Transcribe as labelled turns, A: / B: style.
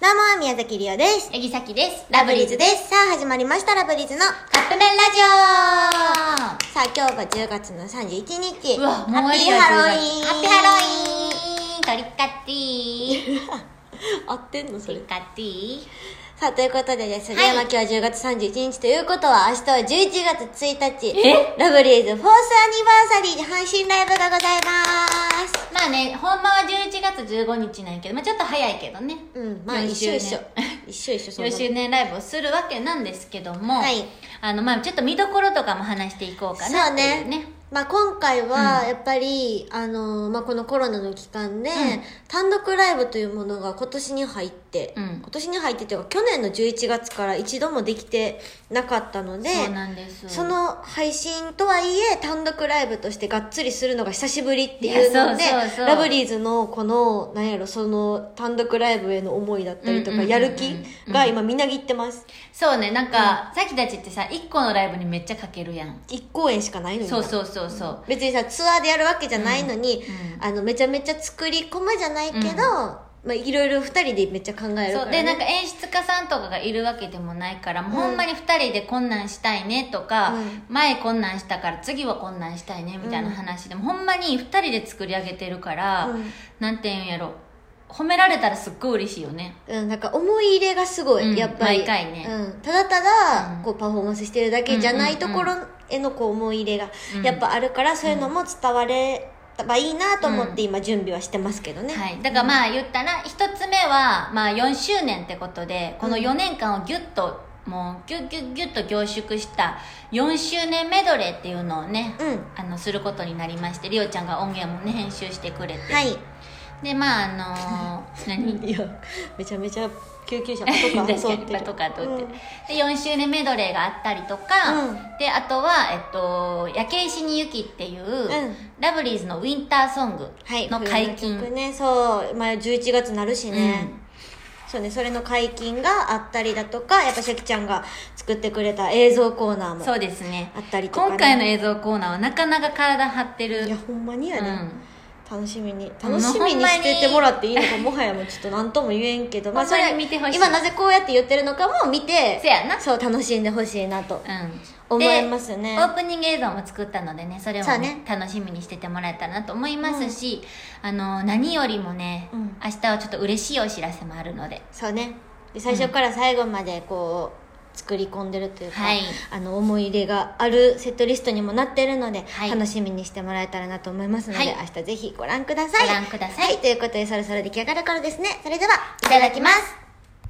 A: どうも、宮崎りおです。
B: えぎさきです。
A: す。さあ、始まりました、ラブリーズの。
B: カップ麺ラ
A: さあ、今日が10月の31日。
B: ジオうわ、もう終
A: ハ
B: わ
A: ッピーハロウ
B: りだ
A: ィーン。
B: ハッピーハロウィーントリックアッティ
A: ン。
B: ー
A: 合ってんのそ
B: トリ
A: れ
B: ッ。クアッティ ー
A: さあ、ということでです。杉山
B: はい
A: 今日は10月31日ということは、明日は11月1日。
B: え
A: ラブリーズフォースアニバーサリー配信ライブがございます。
B: まあね、本番は11月15日なんやけど、まあちょっと早いけどね。
A: うん、まあ
B: 4
A: 一緒
B: 周年
A: 一緒。一緒一緒、そんな
B: 4
A: の
B: 周年ライブをするわけなんですけども、
A: はい
B: あの、まあちょっと見どころとかも話していこうかなっていうね。
A: まあ、今回はやっぱり、あのまあ、このコロナの期間で、単独ライブというものが今年に入って、
B: うん
A: 今年に入ってというか去年の11月から一度もできてなかったので
B: そうなんです。
A: その配信とはいえ単独ライブとしてがっつりするのが久しぶりっていうので
B: いやそうそうそう
A: ラブリーズのこのなんやろその単独ライブへの思いだったりと
B: うん
A: か
B: うんうんうん
A: やる気が今みなぎってます
B: そうね、なんか、さきたちってさ、1個のライブにめっちゃかけるやん。
A: 1公演しかないのにな
B: そうそうそうそう。
A: 別にさツアーでやるわけじゃないのに、
B: うんうん
A: あのめちゃめちゃ作り込むじゃないけど、まあ、いろいろ二人でめっちゃ考えるから、ね、
B: そうでなんか演出家さんとかがいるわけでもないから、もうほんまに2人でこんなんしたいねとか、
A: うん
B: 前こんなんしたから次はこんなんしたいねみたいな話でも、ほんまに2人で作り上げてるから、
A: うん
B: なんていうんやろ褒められたらすっごい嬉しいよね
A: うん、なんか思い入れがすごい、
B: うん
A: やっぱり
B: 毎回ね
A: うん、ただただ、
B: うん
A: こうパフォーマンスしてるだけじゃないところへのこう思い入れがやっぱあるから、そういうのも伝われたばいいなと思って今準備はしてますけどね、
B: はい、だからまあ言ったら一つ目はまあ4周年ってことでこの4年間をギュッともうギュッギュッギュッと凝縮した4周年メドレーっていうのをね、
A: うん
B: あのすることになりましてりおちゃんが音源もね編集してくれて、
A: はい
B: でまああの ー何
A: いやめちゃめちゃ救急 車パトカー
B: 確
A: 通
B: か
A: っ
B: に
A: て
B: パ
A: る
B: トカー通ってる、
A: うん
B: で4周年メドレーがあったりとか、
A: うん
B: であとは、えっと「焼け石に雪」っていう、
A: ん
B: ラブリーズのウィンターソング
A: はい、
B: の解
A: 冬
B: 禁、
A: の曲ねそう、まあ、11月なるしね、
B: うん
A: そうねそれの解禁があったりだとかやっぱシャキちゃんが作ってくれた映像コーナーも
B: そうですね
A: あったりとかね
B: 今回の映像コーナーはなかなか体張ってる
A: いやほんまにや
B: う
A: ね、
B: ん
A: 楽しみに楽しみにしててもらっていいのかもはやもうちょっと何とも言えんけど
B: ほんまに見てほしい
A: 今なぜこうやって言ってるのかも見て
B: せやな
A: そう楽しんでほしいなと
B: うん
A: 思
B: で
A: いますね
B: オープニング映像も作ったのでねそれも
A: そう
B: ね
A: ね
B: 楽しみにしててもらえたらなと思いますし、あのー何よりもね、
A: うん
B: 明日はちょっと嬉しいお知らせもあるので
A: そうねで最初から最後までこう作り込んでるというか、
B: はい
A: あの思い入れがあるセットリストにもなってるので、
B: はい
A: 楽しみにしてもらえたらなと思いますので、
B: はい
A: 明日ぜひご覧ください
B: ご覧ください
A: はい、ということでそろそろ出来上がる頃ですねそれではい
B: ただきます